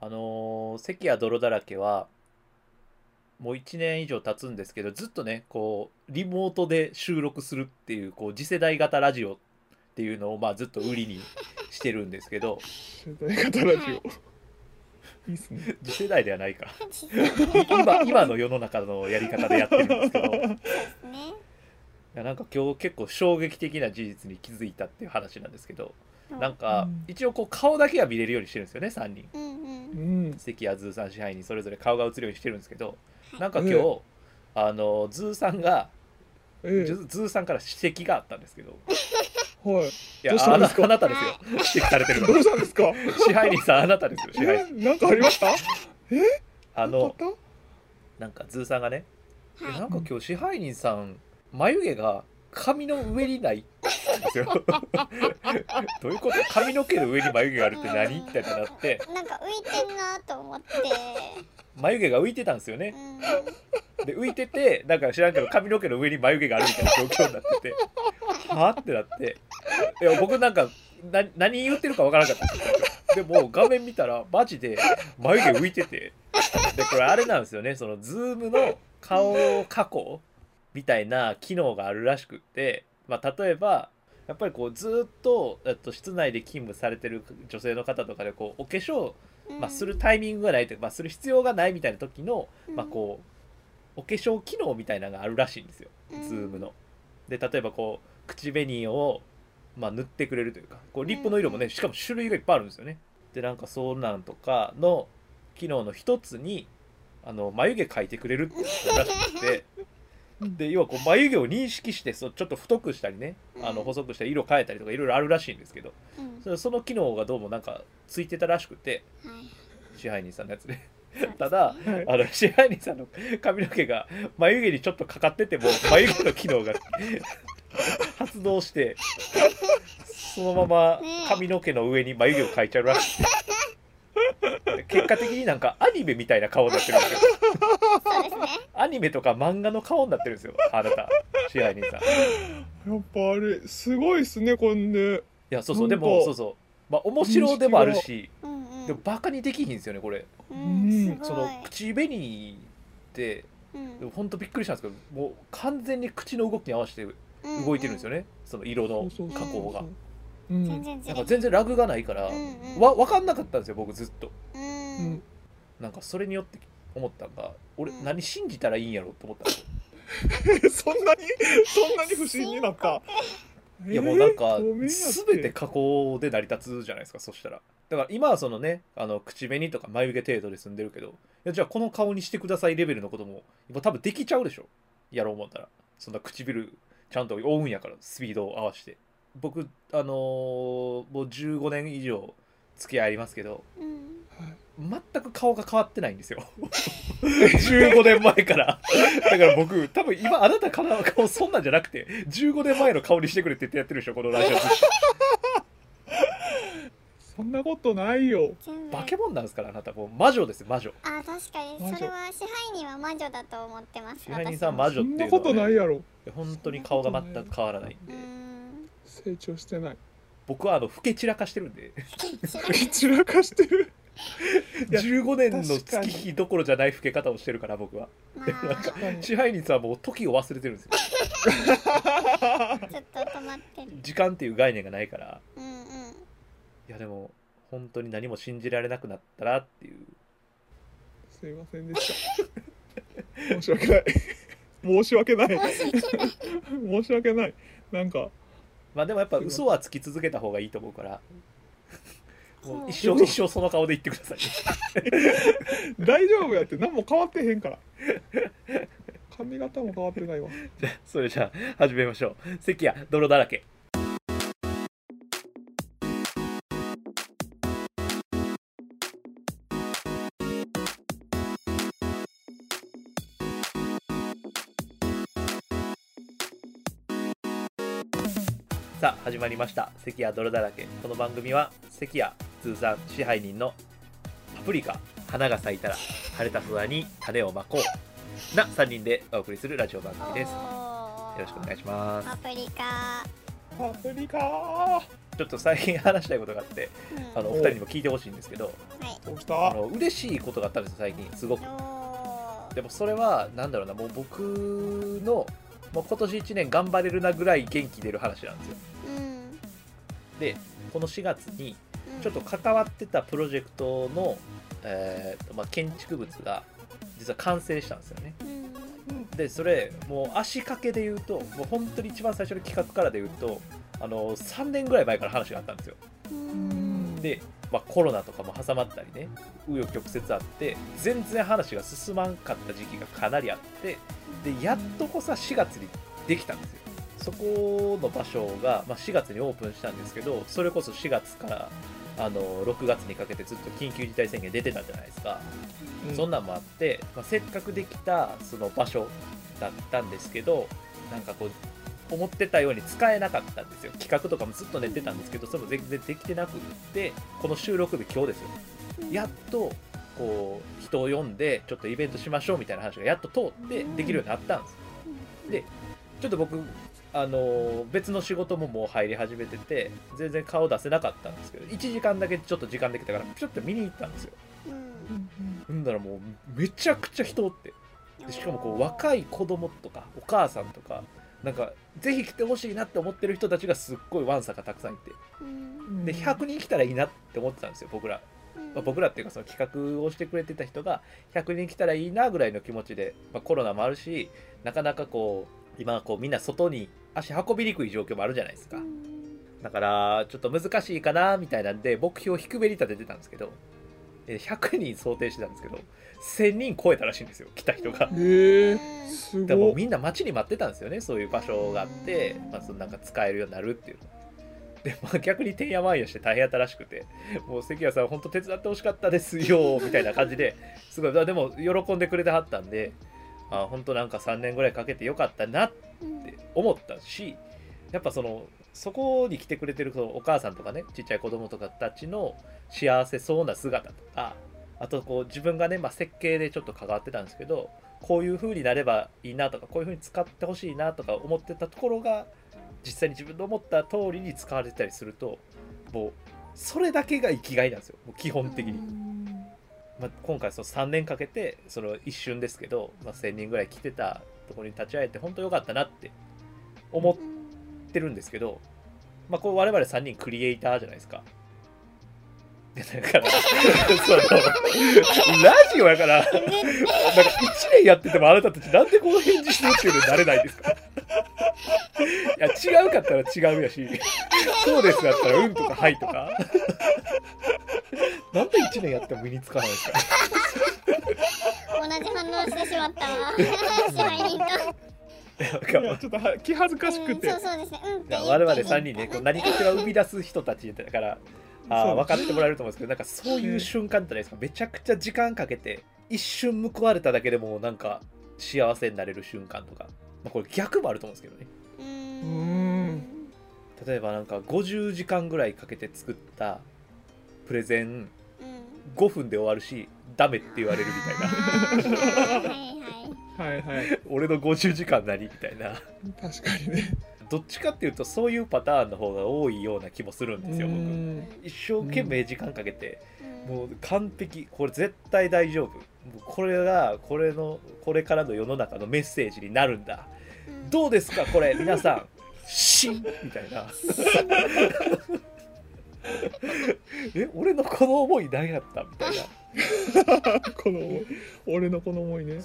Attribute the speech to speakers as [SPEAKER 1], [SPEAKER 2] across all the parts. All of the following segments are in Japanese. [SPEAKER 1] あのー関や泥だらけは、もう1年以上経つんですけど、ずっとね、こう、リモートで収録するっていう、こう、次世代型ラジオっていうのを、まあ、ずっと売りにしてるんですけど、
[SPEAKER 2] 世代型ラジオ。いいっすね。
[SPEAKER 1] 次世代ではないか。今、今の世の中のやり方でやってるんですけ ど、い
[SPEAKER 3] ね。
[SPEAKER 1] やなんか今日結構衝撃的な事実に気づいたっていう話なんですけど、なん
[SPEAKER 2] う
[SPEAKER 1] か
[SPEAKER 2] ん、
[SPEAKER 1] 一応こう、顔だけは見れるようにしてるんですよね、3人。
[SPEAKER 3] うんう。
[SPEAKER 2] うんん。
[SPEAKER 1] 関やズーさん支配にそれぞれ顔が映るようにしてるんですけど
[SPEAKER 3] はい
[SPEAKER 1] なんか今日、
[SPEAKER 2] う
[SPEAKER 1] あのズーさんが、
[SPEAKER 2] え
[SPEAKER 1] ズ
[SPEAKER 2] ー、
[SPEAKER 1] ズーさんから指摘があったんですけどい
[SPEAKER 2] はい。
[SPEAKER 1] や
[SPEAKER 2] どうした
[SPEAKER 1] あ
[SPEAKER 2] ん
[SPEAKER 1] な
[SPEAKER 2] ですか
[SPEAKER 1] あなたですよ指摘されてるの
[SPEAKER 2] どうしたんですか。
[SPEAKER 1] 支配人さんあなたですよ
[SPEAKER 2] え
[SPEAKER 1] 支配人
[SPEAKER 2] なんかありました。
[SPEAKER 1] あ
[SPEAKER 2] なん
[SPEAKER 1] の
[SPEAKER 2] かあっ
[SPEAKER 1] なんかズーさんがね、え
[SPEAKER 3] はい
[SPEAKER 1] なんか今日支配人さん眉毛が髪の上にないんですよどういうこと髪の毛の上に眉毛があるって何ってなって
[SPEAKER 3] なんか浮いてんなと思って。
[SPEAKER 1] 眉毛が浮いてたんですよね
[SPEAKER 3] うん。
[SPEAKER 1] で浮いててなんか知らんけど髪の毛の上に眉毛があるみたいな状況になっててはあってなっていや僕なんかな何言ってるかわからなかったんですよでも画面見たらマジで眉毛浮いててでこれあれなんですよねそのズームの顔加工みたいな機能があるらしくって、まあ、例えばやっぱりこうずっとえっと室内で勤務されてる女性の方とかでこうお化粧
[SPEAKER 3] うん
[SPEAKER 1] まあ、する。タイミングがないというか、まあ、する必要がないみたいな時の、
[SPEAKER 3] うん
[SPEAKER 1] まあ、こうお化粧機能みたいなのがあるらしいんですよ、
[SPEAKER 3] うん
[SPEAKER 1] ズームの。で例えばこう口紅を、まあ、塗ってくれるというかこうリップの色もねしかも種類がいっぱいあるんですよね。でなんかそうなんとかの機能の一つにあの眉毛描いてくれるっていうのがらしくて。で要はこう眉毛を認識してそうちょっと太くしたりねあの
[SPEAKER 3] うん
[SPEAKER 1] 細くしたり色変えたりとかいろいろあるらしいんですけど
[SPEAKER 3] うん
[SPEAKER 1] そその機能がどうもなんかついてたらしくて
[SPEAKER 3] はい
[SPEAKER 1] 支配人さんのやつで
[SPEAKER 3] そうです
[SPEAKER 1] ただ
[SPEAKER 2] た。はい。
[SPEAKER 1] あの支配人さんの髪の毛が眉毛にちょっとかかってても眉毛の機能が 発動してそのまま髪の毛の上に眉毛を描いちゃうらしい結果的になんかアニメみたいな顔になってるんですよ
[SPEAKER 3] そうですね。
[SPEAKER 1] アニメとか漫画の顔になってるんですよあなた支配人さんい
[SPEAKER 2] やっぱあれ、すごいっすね、こんで。
[SPEAKER 1] やそうそう
[SPEAKER 2] 本
[SPEAKER 1] で
[SPEAKER 2] 当
[SPEAKER 1] もそうそうまあ面白でもあるし
[SPEAKER 3] うんうん。
[SPEAKER 1] でもバカにできひんですよねこれ
[SPEAKER 3] うん、すごい。
[SPEAKER 1] その口紅って
[SPEAKER 3] うん
[SPEAKER 1] でも本当びっくりしたんですけどもう完全に口の動きに合わせて動いてるんですよ
[SPEAKER 3] ね。
[SPEAKER 1] ね、その色の
[SPEAKER 2] そうそう
[SPEAKER 1] 加
[SPEAKER 2] そう
[SPEAKER 1] 工が
[SPEAKER 2] う
[SPEAKER 3] 全
[SPEAKER 2] ん。
[SPEAKER 3] 然
[SPEAKER 1] なんか
[SPEAKER 3] 全然。
[SPEAKER 1] 全然ラグがないから、
[SPEAKER 3] うんうん
[SPEAKER 1] わ分かんなかったんですよ僕ずっと
[SPEAKER 3] うん
[SPEAKER 2] うん
[SPEAKER 1] なんかそれによって思ったんが俺
[SPEAKER 3] うん
[SPEAKER 1] 何信じたらいいんやろと思ったんですよ
[SPEAKER 2] そんなに、そんなに不審になった。
[SPEAKER 1] いやもうなんか
[SPEAKER 2] えー透明やって
[SPEAKER 1] 全て加工で成り立つじゃないですかそしたらだから今はそのねあの口紅とか眉毛程度で済んでるけどいやじゃあこの顔にしてくださいレベルのことも今多分できちゃうでしょやろう思ったらそんな唇ちゃんと追うんやからスピードを合わせて僕あのーもう15年以上付き合いありますけど
[SPEAKER 3] うん。
[SPEAKER 1] 全く顔が変わってないんですよ 15年前からだから僕多分今あなたからの顔そんなんじゃなくて15年前の顔にしてくれって言ってやってるでしょこのラジオ
[SPEAKER 2] そんなことないよ。
[SPEAKER 3] 全部
[SPEAKER 1] 化け。物なんですからあなたもう魔女ですよ魔女
[SPEAKER 3] あ、確かに、それは支配人は魔女だと思ってます。
[SPEAKER 1] 支配人
[SPEAKER 3] 私
[SPEAKER 1] さん
[SPEAKER 3] も
[SPEAKER 1] 魔女
[SPEAKER 2] そ
[SPEAKER 1] ってい
[SPEAKER 2] ん
[SPEAKER 1] うのは、
[SPEAKER 2] な
[SPEAKER 1] ね、
[SPEAKER 2] ことないやろ。
[SPEAKER 1] 本当に顔が全く変わらないん
[SPEAKER 3] う
[SPEAKER 1] で
[SPEAKER 3] ん。
[SPEAKER 2] 成長してない。
[SPEAKER 1] 僕はあの老け散らかしてるんで
[SPEAKER 3] 知らん
[SPEAKER 2] 散らかして る。いや
[SPEAKER 1] 15年の
[SPEAKER 2] 確か
[SPEAKER 1] 月
[SPEAKER 2] に
[SPEAKER 1] 日どころじゃない老け方をしてるから僕は
[SPEAKER 3] ま
[SPEAKER 1] なん
[SPEAKER 3] あ、
[SPEAKER 1] か
[SPEAKER 3] ち
[SPEAKER 1] 支配人さんはもう時を忘れてるんですよ
[SPEAKER 3] ょっと止まってる。
[SPEAKER 1] 時間っていう概念がないから
[SPEAKER 3] う んうん。
[SPEAKER 1] いやでも本当に何も信じられなくなったらっていう
[SPEAKER 2] すいませんでした。申し訳ない。申し訳ない。申し訳ない。なんか、
[SPEAKER 1] まあでもやっぱ嘘はつき続けた方がいいと思うからもう一
[SPEAKER 2] う
[SPEAKER 1] 生
[SPEAKER 2] ん
[SPEAKER 1] 一生その顔で言ってくださいね
[SPEAKER 2] 大丈夫やって、何も変わってへんから。髪型も変わってないわ。
[SPEAKER 1] じゃあそれじゃあ始めましょう関谷泥だらけさあ始まりました関谷泥だらけこの番組は関谷通算支配人のパプリカ花が咲いたら晴れた空に種をまこうな3人でお送りするラジオ番組ですよろしくお願い
[SPEAKER 3] し
[SPEAKER 1] しま
[SPEAKER 3] パ
[SPEAKER 1] す。
[SPEAKER 3] プリカ。
[SPEAKER 2] パプリカー。
[SPEAKER 1] ちょっと最近話したいことがあってあのお二人にも聞いてほしいんですけど
[SPEAKER 2] どうし
[SPEAKER 1] あ
[SPEAKER 2] た
[SPEAKER 1] の嬉しいことがあったんですよ最近すごく
[SPEAKER 3] うん、おー
[SPEAKER 1] でもそれはなんだろうなもう僕のもう今年1年頑張れるなぐらい元気出る話なんですよ
[SPEAKER 3] うん
[SPEAKER 1] でこの4月に
[SPEAKER 3] うん
[SPEAKER 1] ちょっと関わってたプロジェクトの、えーとまあ、建築物が実は完成したんですよね
[SPEAKER 3] うん
[SPEAKER 1] でそれもう足掛けで言うともう本当に一番最初の企画からで言うとあの3年ぐらい前から話があったんですよ
[SPEAKER 3] うん
[SPEAKER 1] で、まあ、コロナとかも挟まったりね紆余曲折あって全然話が進まんかった時期がかなりあってでやっとこさ4月にできたんですよそこの場所が、まあ、4月にオープンしたんですけどそれこそ4月からあの6月にかけてずっと緊急事態宣言出てたじゃないですか、
[SPEAKER 2] うん
[SPEAKER 1] そんなんもあって、まあ、せっかくできたその場所だったんですけどなんかこう思ってたように使えなかったんですよ企画とかもずっと寝てたんですけどそれも全然できてなくってこの収録日今日ですよやっとこう人を呼んでちょっとイベントしましょうみたいな話がやっと通ってできるようになったんですでちょっと僕あの別の仕事ももう入り始めてて全然顔出せなかったんですけど1時間だけちょっと時間できたからちょっと見に行ったんですよ
[SPEAKER 3] うん
[SPEAKER 1] ほんだらもうめちゃくちゃ人おってでしかもこう若い子供とかお母さんとかなんかぜひ来てほしいなって思ってる人たちがすっごいワンサがたくさんいて
[SPEAKER 3] うん
[SPEAKER 1] で100人来たらいいなって思ってたんですよ僕ら、まあ、僕らっていうかその企画をしてくれてた人が100人来たらいいなぐらいの気持ちで、まあ、コロナもあるしなかなかこう今こうみんな外に足運びにくい状況もあるじゃないですか
[SPEAKER 3] うん
[SPEAKER 1] だからちょっと難しいかなみたいなんで目標を低めに立ててたんですけどえー100人想定してたんですけど1000人超えたらしいんですよ来た人が
[SPEAKER 2] えー
[SPEAKER 3] うん
[SPEAKER 2] す
[SPEAKER 1] だからも
[SPEAKER 2] ご
[SPEAKER 1] う
[SPEAKER 2] い
[SPEAKER 1] みんな待ちに待ってたんですよねそういう場所があって、まあ、そのなんか使えるようになるっていうで、まあ、逆にてんやわんやして大変やったらしくてもう関谷さん本当手伝ってほしかったです よみたいな感じですごいだでも喜んでくれてはったんであ本当なんか3年ぐらいかけてよかったなってって思ったしやっぱそのそこに来てくれてるそのお母さんとかねちっちゃい子供とかたちの幸せそうな姿とかあとこう自分がね、まあ、設計でちょっと関わってたんですけどこういう風になればいいなとかこういう風に使ってほしいなとか思ってたところが実際に自分の思った通りに使われてたりするともうそれだけが生きがいなんですよもう基本的に。まあ、今回その3年かけてその一瞬ですけど、まあ、1,000人ぐらい来てたところに立ち会えて本当良かったなって思っ
[SPEAKER 3] うん
[SPEAKER 1] てるんですけど、まあ、こう我々3人クリエイターじゃないですか。でだからそのラジオやからなんか1年やっててもあなたたちなんでこの返事してるっていうのになれないんですかいや違うかったら違うやしそうですだったらうんとかはいとかなんで1年やっても身につかないんですか
[SPEAKER 3] 同じ反応してしまったわ支配人と
[SPEAKER 1] なんか
[SPEAKER 2] いやちょっとは気恥ずかしくて
[SPEAKER 3] うん、そうそうですねうんって
[SPEAKER 1] だ
[SPEAKER 3] 言
[SPEAKER 1] から
[SPEAKER 3] って
[SPEAKER 1] 我々3人ねこう何かしら生み出す人たちだからあー分かってもらえると思うんですけどなんかそういう瞬間じゃないですかめちゃくちゃ時間かけて一瞬報われただけでもなんか幸せになれる瞬間とか、まあ、これ逆もあると思うんですけどね
[SPEAKER 3] う
[SPEAKER 2] うー
[SPEAKER 3] ん
[SPEAKER 2] ん
[SPEAKER 1] 例えばなんか50時間ぐらいかけて作ったプレゼン
[SPEAKER 3] うん
[SPEAKER 1] 5分で終わるしダメって言われるみたいな
[SPEAKER 3] はいはい
[SPEAKER 2] はいはい
[SPEAKER 1] 俺の50時間何みたいな
[SPEAKER 2] 確かにね
[SPEAKER 1] どっちかっていうとそういうパターンの方が多いような気もするんですよ
[SPEAKER 2] う
[SPEAKER 1] 僕
[SPEAKER 2] ん
[SPEAKER 1] 一生懸命時間かけて
[SPEAKER 3] うん
[SPEAKER 1] もう完璧これ絶対大丈夫もうこれがこれのこれからの世の中のメッセージになるんだ
[SPEAKER 3] うん
[SPEAKER 1] どうですかこれ皆さんシンみたいな え俺のこの思い何やったみたいな
[SPEAKER 2] この思い俺のこの思いね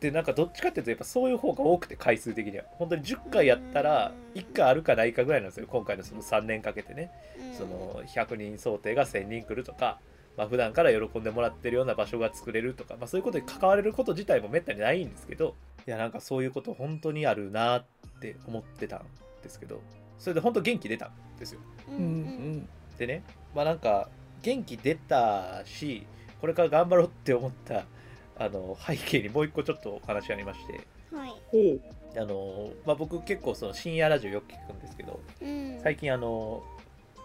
[SPEAKER 1] でなんかどっちかっていうとやっぱそういう方が多くて回数的には本当に10回やったら1回あるかないかぐらいなんですよ今回のその3年かけてね
[SPEAKER 3] うん
[SPEAKER 1] その100人想定が1000人来るとか、まあ普段から喜んでもらってるような場所が作れるとか、まあ、そういうことに関われること自体もめったにないんですけどいやなんかそういうこと本当にあるなって思ってたんですけどそれで本当元気出たんですよ
[SPEAKER 3] う
[SPEAKER 2] うん
[SPEAKER 3] ん
[SPEAKER 1] でねまあなんか元気出たしこれから頑張ろうって思ったあの背景にもう一個ちょっとお話がありまして
[SPEAKER 3] うんはい
[SPEAKER 2] うんおう
[SPEAKER 1] あの、まあ、僕結構その深夜ラジオよく聞くんですけど
[SPEAKER 3] うん
[SPEAKER 1] 最近あの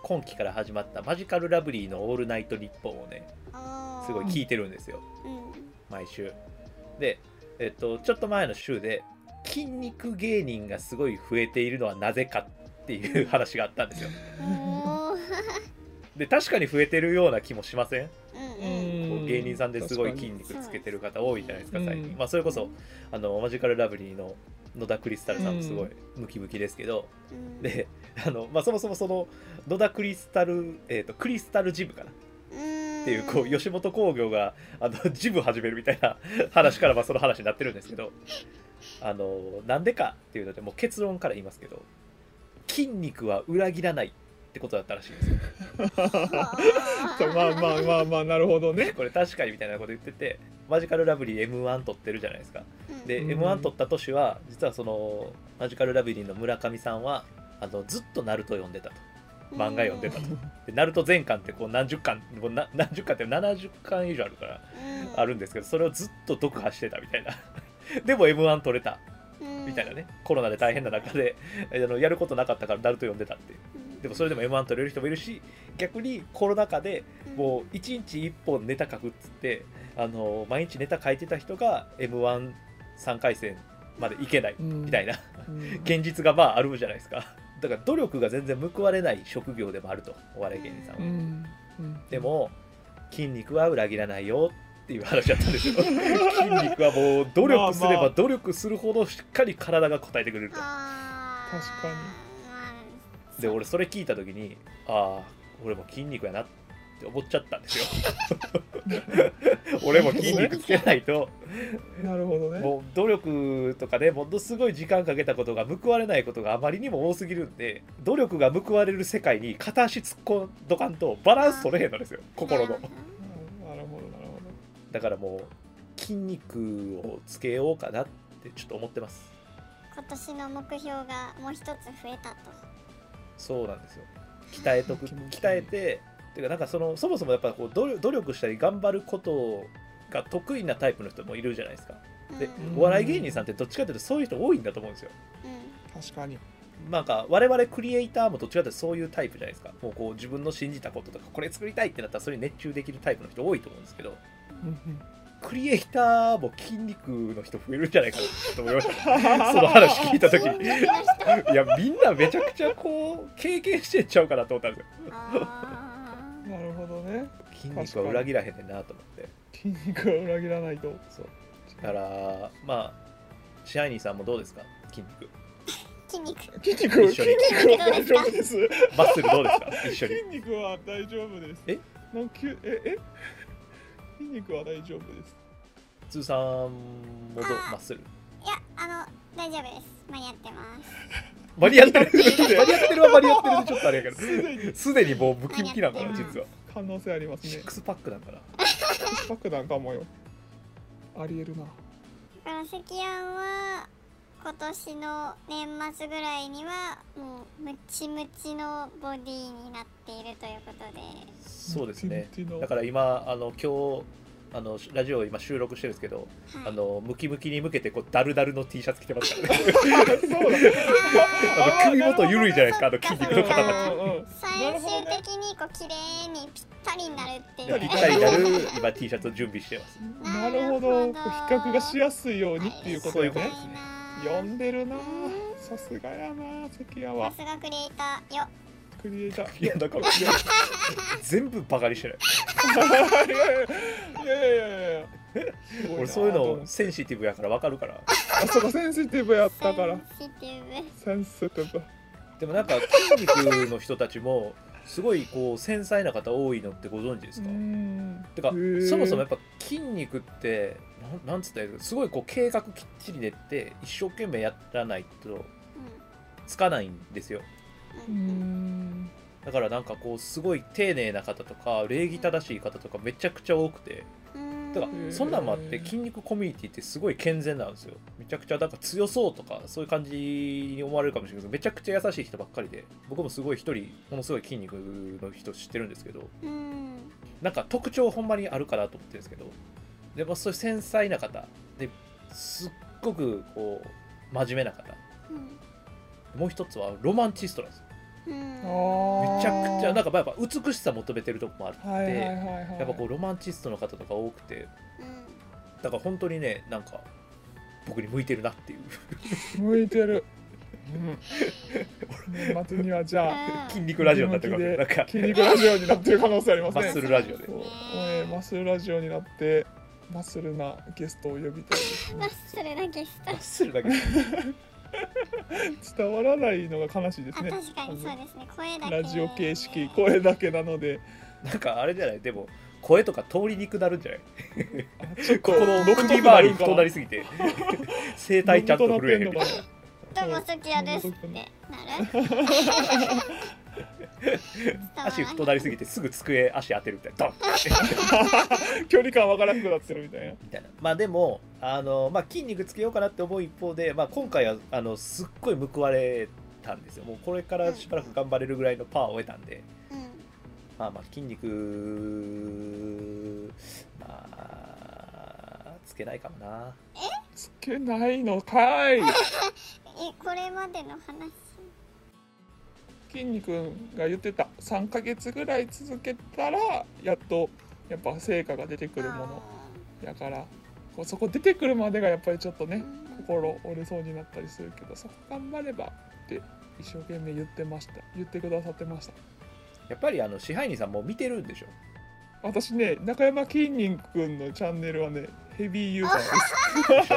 [SPEAKER 1] 今期から始まったマジカルラブリーの「オールナイトニッポン」をね
[SPEAKER 3] あー
[SPEAKER 1] すごい聞いてるんですよ
[SPEAKER 3] うん
[SPEAKER 1] 毎週でえっとちょっと前の週で筋肉芸人がすごい増えているのはなぜかっていう話があったんですよ
[SPEAKER 3] お
[SPEAKER 1] で確かに増えてるような気もしません、
[SPEAKER 3] うんうん
[SPEAKER 2] う
[SPEAKER 1] こ
[SPEAKER 2] ん
[SPEAKER 1] う芸人さんですごい筋
[SPEAKER 2] 確
[SPEAKER 1] 肉つけてる方多いじゃないですか
[SPEAKER 2] うん
[SPEAKER 1] 最近、まあ、それこそあのマジカルラブリーの野田クリスタルさんもすごいムキムキですけど、
[SPEAKER 3] うん
[SPEAKER 1] であの、まあ、そもそもその野田クリスタル、えー、とクリスタルジムかな
[SPEAKER 3] っ
[SPEAKER 1] っていうこう吉本興業があの ジム始めるみたいな 話からまあその話になってるんですけどあのなんでかっていうのでもう結論から言いますけど筋肉は裏切らないってことだったらしいんですよ
[SPEAKER 2] そうまあまあまあまあなるほどね
[SPEAKER 1] これ確かにみたいなこと言っててマジカルラブリー m 1取ってるじゃないですかで、
[SPEAKER 2] うん
[SPEAKER 1] m 1取った年は実はそのマジカルラブリーの村上さんはあのずっとナルト読んでたと漫画読んでたとでナルト全巻ってこう何十巻もうな何十巻って70巻以上あるからあるんですけどそれをずっと読破してたみたいな でも m 1取れたみたいなねコロナで大変な中で あのやることなかったからナルト読んでたっていうでもそれでも m 1取れる人もいるし逆にコロナ禍でもう1日1本ネタ書くっつってあの毎日ネタ書いてた人が m 1 3回戦までいけないみ
[SPEAKER 2] み
[SPEAKER 1] たいな
[SPEAKER 2] うん
[SPEAKER 1] 現実がまああるじゃないですかだから努力が全然報われない職業でもあるとお笑い芸人さんは、
[SPEAKER 2] うんうん
[SPEAKER 1] でも筋肉は裏切らないよっていう話だったん ですよ筋肉はもう努力すれ
[SPEAKER 2] まあま
[SPEAKER 1] ば
[SPEAKER 2] あ
[SPEAKER 1] 努力するほどしっかり体が応えてくれると
[SPEAKER 2] 確かに
[SPEAKER 1] で俺それ聞いた時にああ俺も筋肉やなって思っちゃったんですよ 俺も筋肉つけないと
[SPEAKER 2] なるほどね
[SPEAKER 1] もう努力とかでものすごい時間かけたことが報われないことがあまりにも多すぎるんで努力が報われる世界に片足突っ込んどかんとバランス取れへんのですよ心の
[SPEAKER 2] うんなるほどなるほど
[SPEAKER 1] だからもう筋肉をつけようかなってちょっと思ってます
[SPEAKER 3] 今年の目標がもう一つ増えたと
[SPEAKER 1] そうなんですよ鍛えとく
[SPEAKER 2] 気持ちいい
[SPEAKER 1] 鍛えてっていうかなんかそのそもそもやっぱこう努力努力したり頑張ることが得意なタイプの人もいるじゃないですかで
[SPEAKER 2] うん
[SPEAKER 1] お笑い芸人さんってどっちかというとそういう人多いんだと思うんですよ
[SPEAKER 2] 確かに
[SPEAKER 1] なんか我々クリエイターもどっちかというとそういうタイプじゃないですかもうこう自分の信じたこととかこれ作りたいってなったらそれに熱中できるタイプの人多いと思うんですけどクリエイターも筋肉の人増えるんじゃないかなと思いま した その話聞いた時に いやみんなめちゃくちゃこう経験してっちゃうかなと思ったんですよ
[SPEAKER 2] なるほどね
[SPEAKER 1] 筋肉は裏切らへんねんなと思って
[SPEAKER 2] 筋肉は裏切らないと
[SPEAKER 1] そうだからまあシャイニーさんもどうですか筋肉
[SPEAKER 3] 筋肉
[SPEAKER 2] 筋肉
[SPEAKER 1] 一緒
[SPEAKER 2] 筋
[SPEAKER 1] に
[SPEAKER 2] 肉は大丈夫です
[SPEAKER 1] マッスルどうですか一緒に
[SPEAKER 2] 筋肉は大丈夫です
[SPEAKER 1] え
[SPEAKER 2] なんきゅええ筋肉は大丈夫です
[SPEAKER 1] 通さんもどうマッスル
[SPEAKER 3] いやあの大丈夫です間に合ってます
[SPEAKER 1] 間に合ってる間に合ってるは間に合ってるでちょっとあれやけ
[SPEAKER 2] すでに
[SPEAKER 1] どすでにもうムキムキなんかな実は
[SPEAKER 2] 可能性あります
[SPEAKER 1] シ
[SPEAKER 2] ね
[SPEAKER 1] ックスパックなんかな
[SPEAKER 2] 爆弾かもよありえるな
[SPEAKER 3] だから関庵は今年の年末ぐらいにはもうムチムチのボディになっているということで
[SPEAKER 1] そうですね
[SPEAKER 2] ムキムキの
[SPEAKER 1] だから今あの今日あのラジオを今収録してるんですけど
[SPEAKER 3] は
[SPEAKER 1] あ
[SPEAKER 3] い
[SPEAKER 1] のムキムキに向けてこうダルダルの T シャツ着てますからね
[SPEAKER 2] そうだ
[SPEAKER 1] あの首元緩いじゃないですかあの筋肉の方たち
[SPEAKER 2] うんうんうん
[SPEAKER 3] 最終的にこう綺麗にぴったりになるってい
[SPEAKER 1] ぴっ
[SPEAKER 3] う
[SPEAKER 1] たりになる今 T シャツを準備してます
[SPEAKER 2] なるほど比較がしやすいようにっていうことよ
[SPEAKER 1] そういうこ
[SPEAKER 2] ね
[SPEAKER 1] と
[SPEAKER 2] 読んでるなさすがやな関谷
[SPEAKER 3] さ
[SPEAKER 2] は
[SPEAKER 3] すがクリエイターよ
[SPEAKER 2] クリエイター
[SPEAKER 1] いやだから全部バカにしてない
[SPEAKER 2] いやいやいやいやいやすごな
[SPEAKER 1] 俺そういう
[SPEAKER 2] と
[SPEAKER 1] の
[SPEAKER 2] 思って
[SPEAKER 1] センシティブやから分かるから
[SPEAKER 2] あそうかセンシティブやったから
[SPEAKER 3] センシティブ
[SPEAKER 2] センシティブ
[SPEAKER 1] でもなんか筋肉の人たちもすごいこう繊細な方多いのってご存知ですか、
[SPEAKER 2] ん
[SPEAKER 1] てか
[SPEAKER 2] へー
[SPEAKER 1] そもそもやっぱ筋肉ってなんなんつったらいいのすごいこう計画きっちり練って一生懸命やらないとつかないんですよ
[SPEAKER 2] う
[SPEAKER 3] うんんうん
[SPEAKER 1] だからなんかこうすごい丁寧な方とか礼儀正しい方とかめちゃくちゃ多くて
[SPEAKER 3] うん
[SPEAKER 1] てか
[SPEAKER 2] ー
[SPEAKER 1] そんなんもあって筋肉コミュニティってすごい健全なんですよめちゃくちゃなんか強そうとかそういう感じに思われるかもしれないけどめちゃくちゃ優しい人ばっかりで僕もすごい一人ものすごい筋肉の人知ってるんですけど
[SPEAKER 3] うん
[SPEAKER 1] なんか特徴ほんまにあるかなと思ってるんですけどでもそういう繊細な方ですっごくこう真面目な方
[SPEAKER 3] うん
[SPEAKER 1] もう一つはロマンチストなんですよ
[SPEAKER 3] うん
[SPEAKER 1] めちゃくちゃなん
[SPEAKER 2] か
[SPEAKER 1] かやっぱ美しさ求めてるとこもあって、
[SPEAKER 2] はいはいはいはい
[SPEAKER 1] やっぱこうロマンチストの方とか多くて
[SPEAKER 3] うん
[SPEAKER 1] だから本当にねなんか僕に向いてるなっていう
[SPEAKER 2] 向いてる 年末にはじゃあ
[SPEAKER 1] 筋肉ラジオになってるかもしれないなんか
[SPEAKER 2] 筋肉ラジオになってる可能性あります
[SPEAKER 1] マッ
[SPEAKER 2] ね
[SPEAKER 1] スルラジオで
[SPEAKER 2] そうえーマッスルラジオになってマッスルなゲストを呼びたいです
[SPEAKER 3] マ
[SPEAKER 2] ね
[SPEAKER 3] ッスルだけした
[SPEAKER 1] マッスルだけ
[SPEAKER 2] 伝わらないのが悲しいで
[SPEAKER 3] あ
[SPEAKER 2] すね
[SPEAKER 3] 確かにそうですね声だけ
[SPEAKER 2] ラジオ形式声だけなので
[SPEAKER 1] なんかあれじゃないでも声とか通りにくなるんじゃない
[SPEAKER 2] あちょっ
[SPEAKER 1] ここの首
[SPEAKER 2] 独特な
[SPEAKER 1] 周
[SPEAKER 2] る
[SPEAKER 1] り
[SPEAKER 2] んか
[SPEAKER 1] 太なりすぎ て声帯ちゃんと震えへんみたいな
[SPEAKER 3] どうもソキアですってなる
[SPEAKER 1] 足太なりすぎてすぐ机足当てるみたい なドン
[SPEAKER 2] 距離感わからなくなってるみたいな
[SPEAKER 1] みたいなまあでもあの、まあ、筋肉つけようかなって思う一方で、まあ、今回はあのすっごい報われたんですよもうこれからしばらく頑張れるぐらいのパワーを得たんで、
[SPEAKER 3] うん
[SPEAKER 1] まあまあ筋肉まあつけないかもな
[SPEAKER 2] つけないのかい
[SPEAKER 3] えこれまでの話
[SPEAKER 2] 筋肉が言ってた3ヶ月ぐらい続けたらやっとやっぱ成果が出てくるものやからこうそこ出てくるまでがやっぱりちょっとね心折れそうになったりするけどそこ頑張ればって一生懸命言ってました言ってくださってました
[SPEAKER 1] やっぱりあの支配人さんも見てるんでしょ
[SPEAKER 2] 私ね中山きんに君のチャンネルはねヘビーユーザ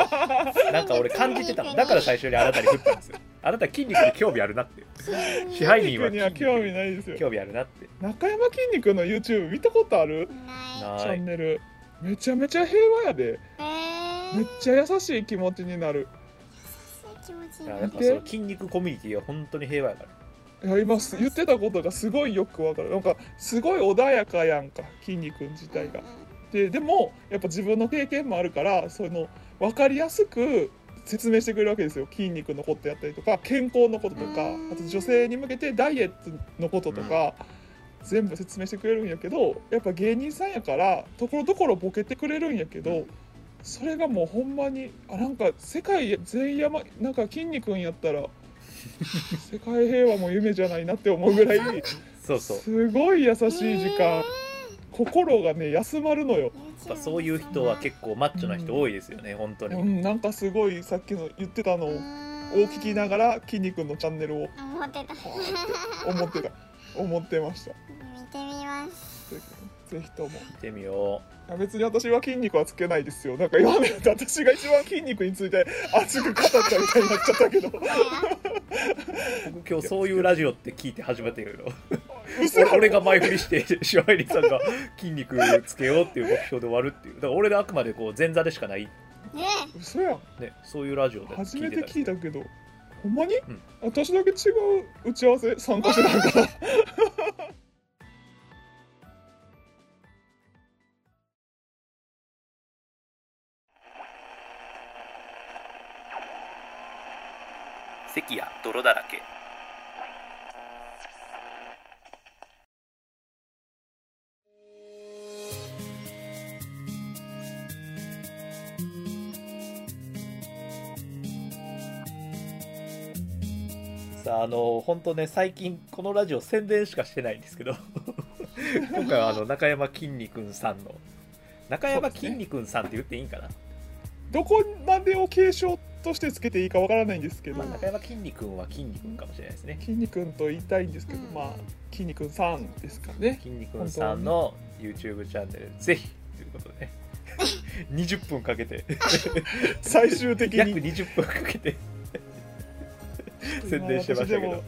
[SPEAKER 2] ーです
[SPEAKER 1] なんか俺感じてたのだから最初にあなたに振ったんですよあなた筋肉に興味あるなって支配
[SPEAKER 2] 筋
[SPEAKER 1] 人は
[SPEAKER 2] 肉には
[SPEAKER 1] 筋
[SPEAKER 2] 興味
[SPEAKER 1] 肉
[SPEAKER 2] ないです
[SPEAKER 1] に
[SPEAKER 2] よ
[SPEAKER 1] 興味あるなって
[SPEAKER 2] 中山きんに君の YouTube 見たことある
[SPEAKER 3] ない
[SPEAKER 2] チ
[SPEAKER 1] な
[SPEAKER 2] ャン
[SPEAKER 1] い
[SPEAKER 2] ネルめちゃめちゃ平和やで
[SPEAKER 3] えー
[SPEAKER 2] めっちゃ優しい気持ちになる
[SPEAKER 3] 気持ちいい
[SPEAKER 1] いや
[SPEAKER 3] な
[SPEAKER 1] やっぱその筋肉コミュニティは本当に平和やから
[SPEAKER 2] やります言ってたことがすごいよくわかるなんかすごい穏やかやんかきんに君自体が
[SPEAKER 3] うんうん
[SPEAKER 2] ででもやっぱ自分の経験もあるからその分かりやすく説明してくれるわけですよ筋肉のことやったりとか健康のこととか
[SPEAKER 3] うん
[SPEAKER 2] あと女性に向けてダイエットのこととか、全部説明してくれるんやけどやっぱ芸人さんやからところどころボケてくれるんやけど、それがもうほんまにあなんか世界全山なんか筋肉んやったら世界平和も夢じゃないなって思うぐらい
[SPEAKER 1] そうそう
[SPEAKER 2] すごい優しい時間
[SPEAKER 3] え
[SPEAKER 2] 心がね休まるのよ。
[SPEAKER 3] ー
[SPEAKER 1] やっぱそういう人は結構マッチョな人多いですよね、本当
[SPEAKER 2] う
[SPEAKER 1] に。
[SPEAKER 2] ん、なんかすごいさっきの言ってたのを聞きながら筋肉のチャンネルを
[SPEAKER 3] ら思って た見
[SPEAKER 2] はあって思ってた 思ってました
[SPEAKER 3] てみます
[SPEAKER 2] ぜひともい
[SPEAKER 1] 見てみよ
[SPEAKER 2] や別に私は筋肉はつけないですよなんか今まで私が一番筋肉について熱く語ったみたいになっちゃ ったけど
[SPEAKER 1] う。僕今日そういうラジオって聞いて始めてるの。
[SPEAKER 2] 嘘
[SPEAKER 1] 俺俺が前振りして、 シワイリさんが筋肉つけようっていう目標で終わるっていう。だから俺があくまでこう前座でしかない、
[SPEAKER 3] ね
[SPEAKER 2] 嘘やん
[SPEAKER 1] ね、そういうラジオで
[SPEAKER 2] 初
[SPEAKER 1] 聞
[SPEAKER 2] め
[SPEAKER 1] いて
[SPEAKER 2] て
[SPEAKER 1] たり
[SPEAKER 2] 聞いたけどほんまに、
[SPEAKER 1] ん
[SPEAKER 2] 私だけ違う打ち合わせ参加してたんかな
[SPEAKER 1] 咳や泥だらけ。さああの本当ね最近このラジオ宣伝しかしてないんですけ ど今回はあの中山きんに君さんの中山きんに君さんって言っていいんかな、
[SPEAKER 2] どこまでを継承としてつけていいかわからないんですけど、
[SPEAKER 1] まあ、中山きんに君はきんに君かもしれないですね
[SPEAKER 2] 筋肉んと言いたいんですけど、
[SPEAKER 3] うん
[SPEAKER 2] まあ筋肉さんですかね
[SPEAKER 1] きんに君さんの YouTube チャンネルぜひということで 20分かけて
[SPEAKER 2] 最終的
[SPEAKER 1] 約
[SPEAKER 2] に
[SPEAKER 1] 20分かけて宣伝してましたけど
[SPEAKER 2] 今私でも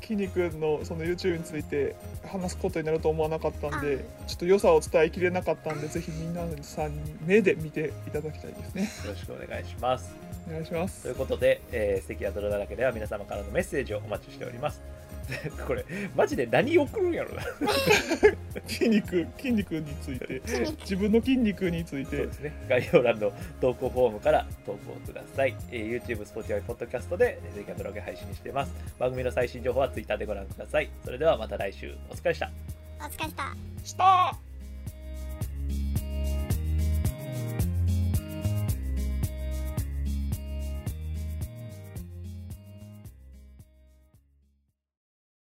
[SPEAKER 2] 筋肉のその YouTube について話すことになると思わなかったんでちょっと良さを伝えきれなかったんでぜひみんなさんに目で見ていただきたいですね
[SPEAKER 1] よろしくお願いします
[SPEAKER 2] お願いします
[SPEAKER 1] ということで、えー、関アドロだらけでは皆様からのメッセージをお待ちしております これマジで何送るんやろな
[SPEAKER 2] 筋肉筋肉について
[SPEAKER 3] 筋肉
[SPEAKER 2] 自分の筋肉につい
[SPEAKER 1] そう
[SPEAKER 2] て
[SPEAKER 1] ですね。概要欄の投稿フォームから投稿ください。えー YouTube、Spotify、Podcast でえーぜひアドログ配信してます。番組の最新情報は Twitter でご覧ください。それではまた来週。お疲れでした。
[SPEAKER 3] お疲れした
[SPEAKER 2] した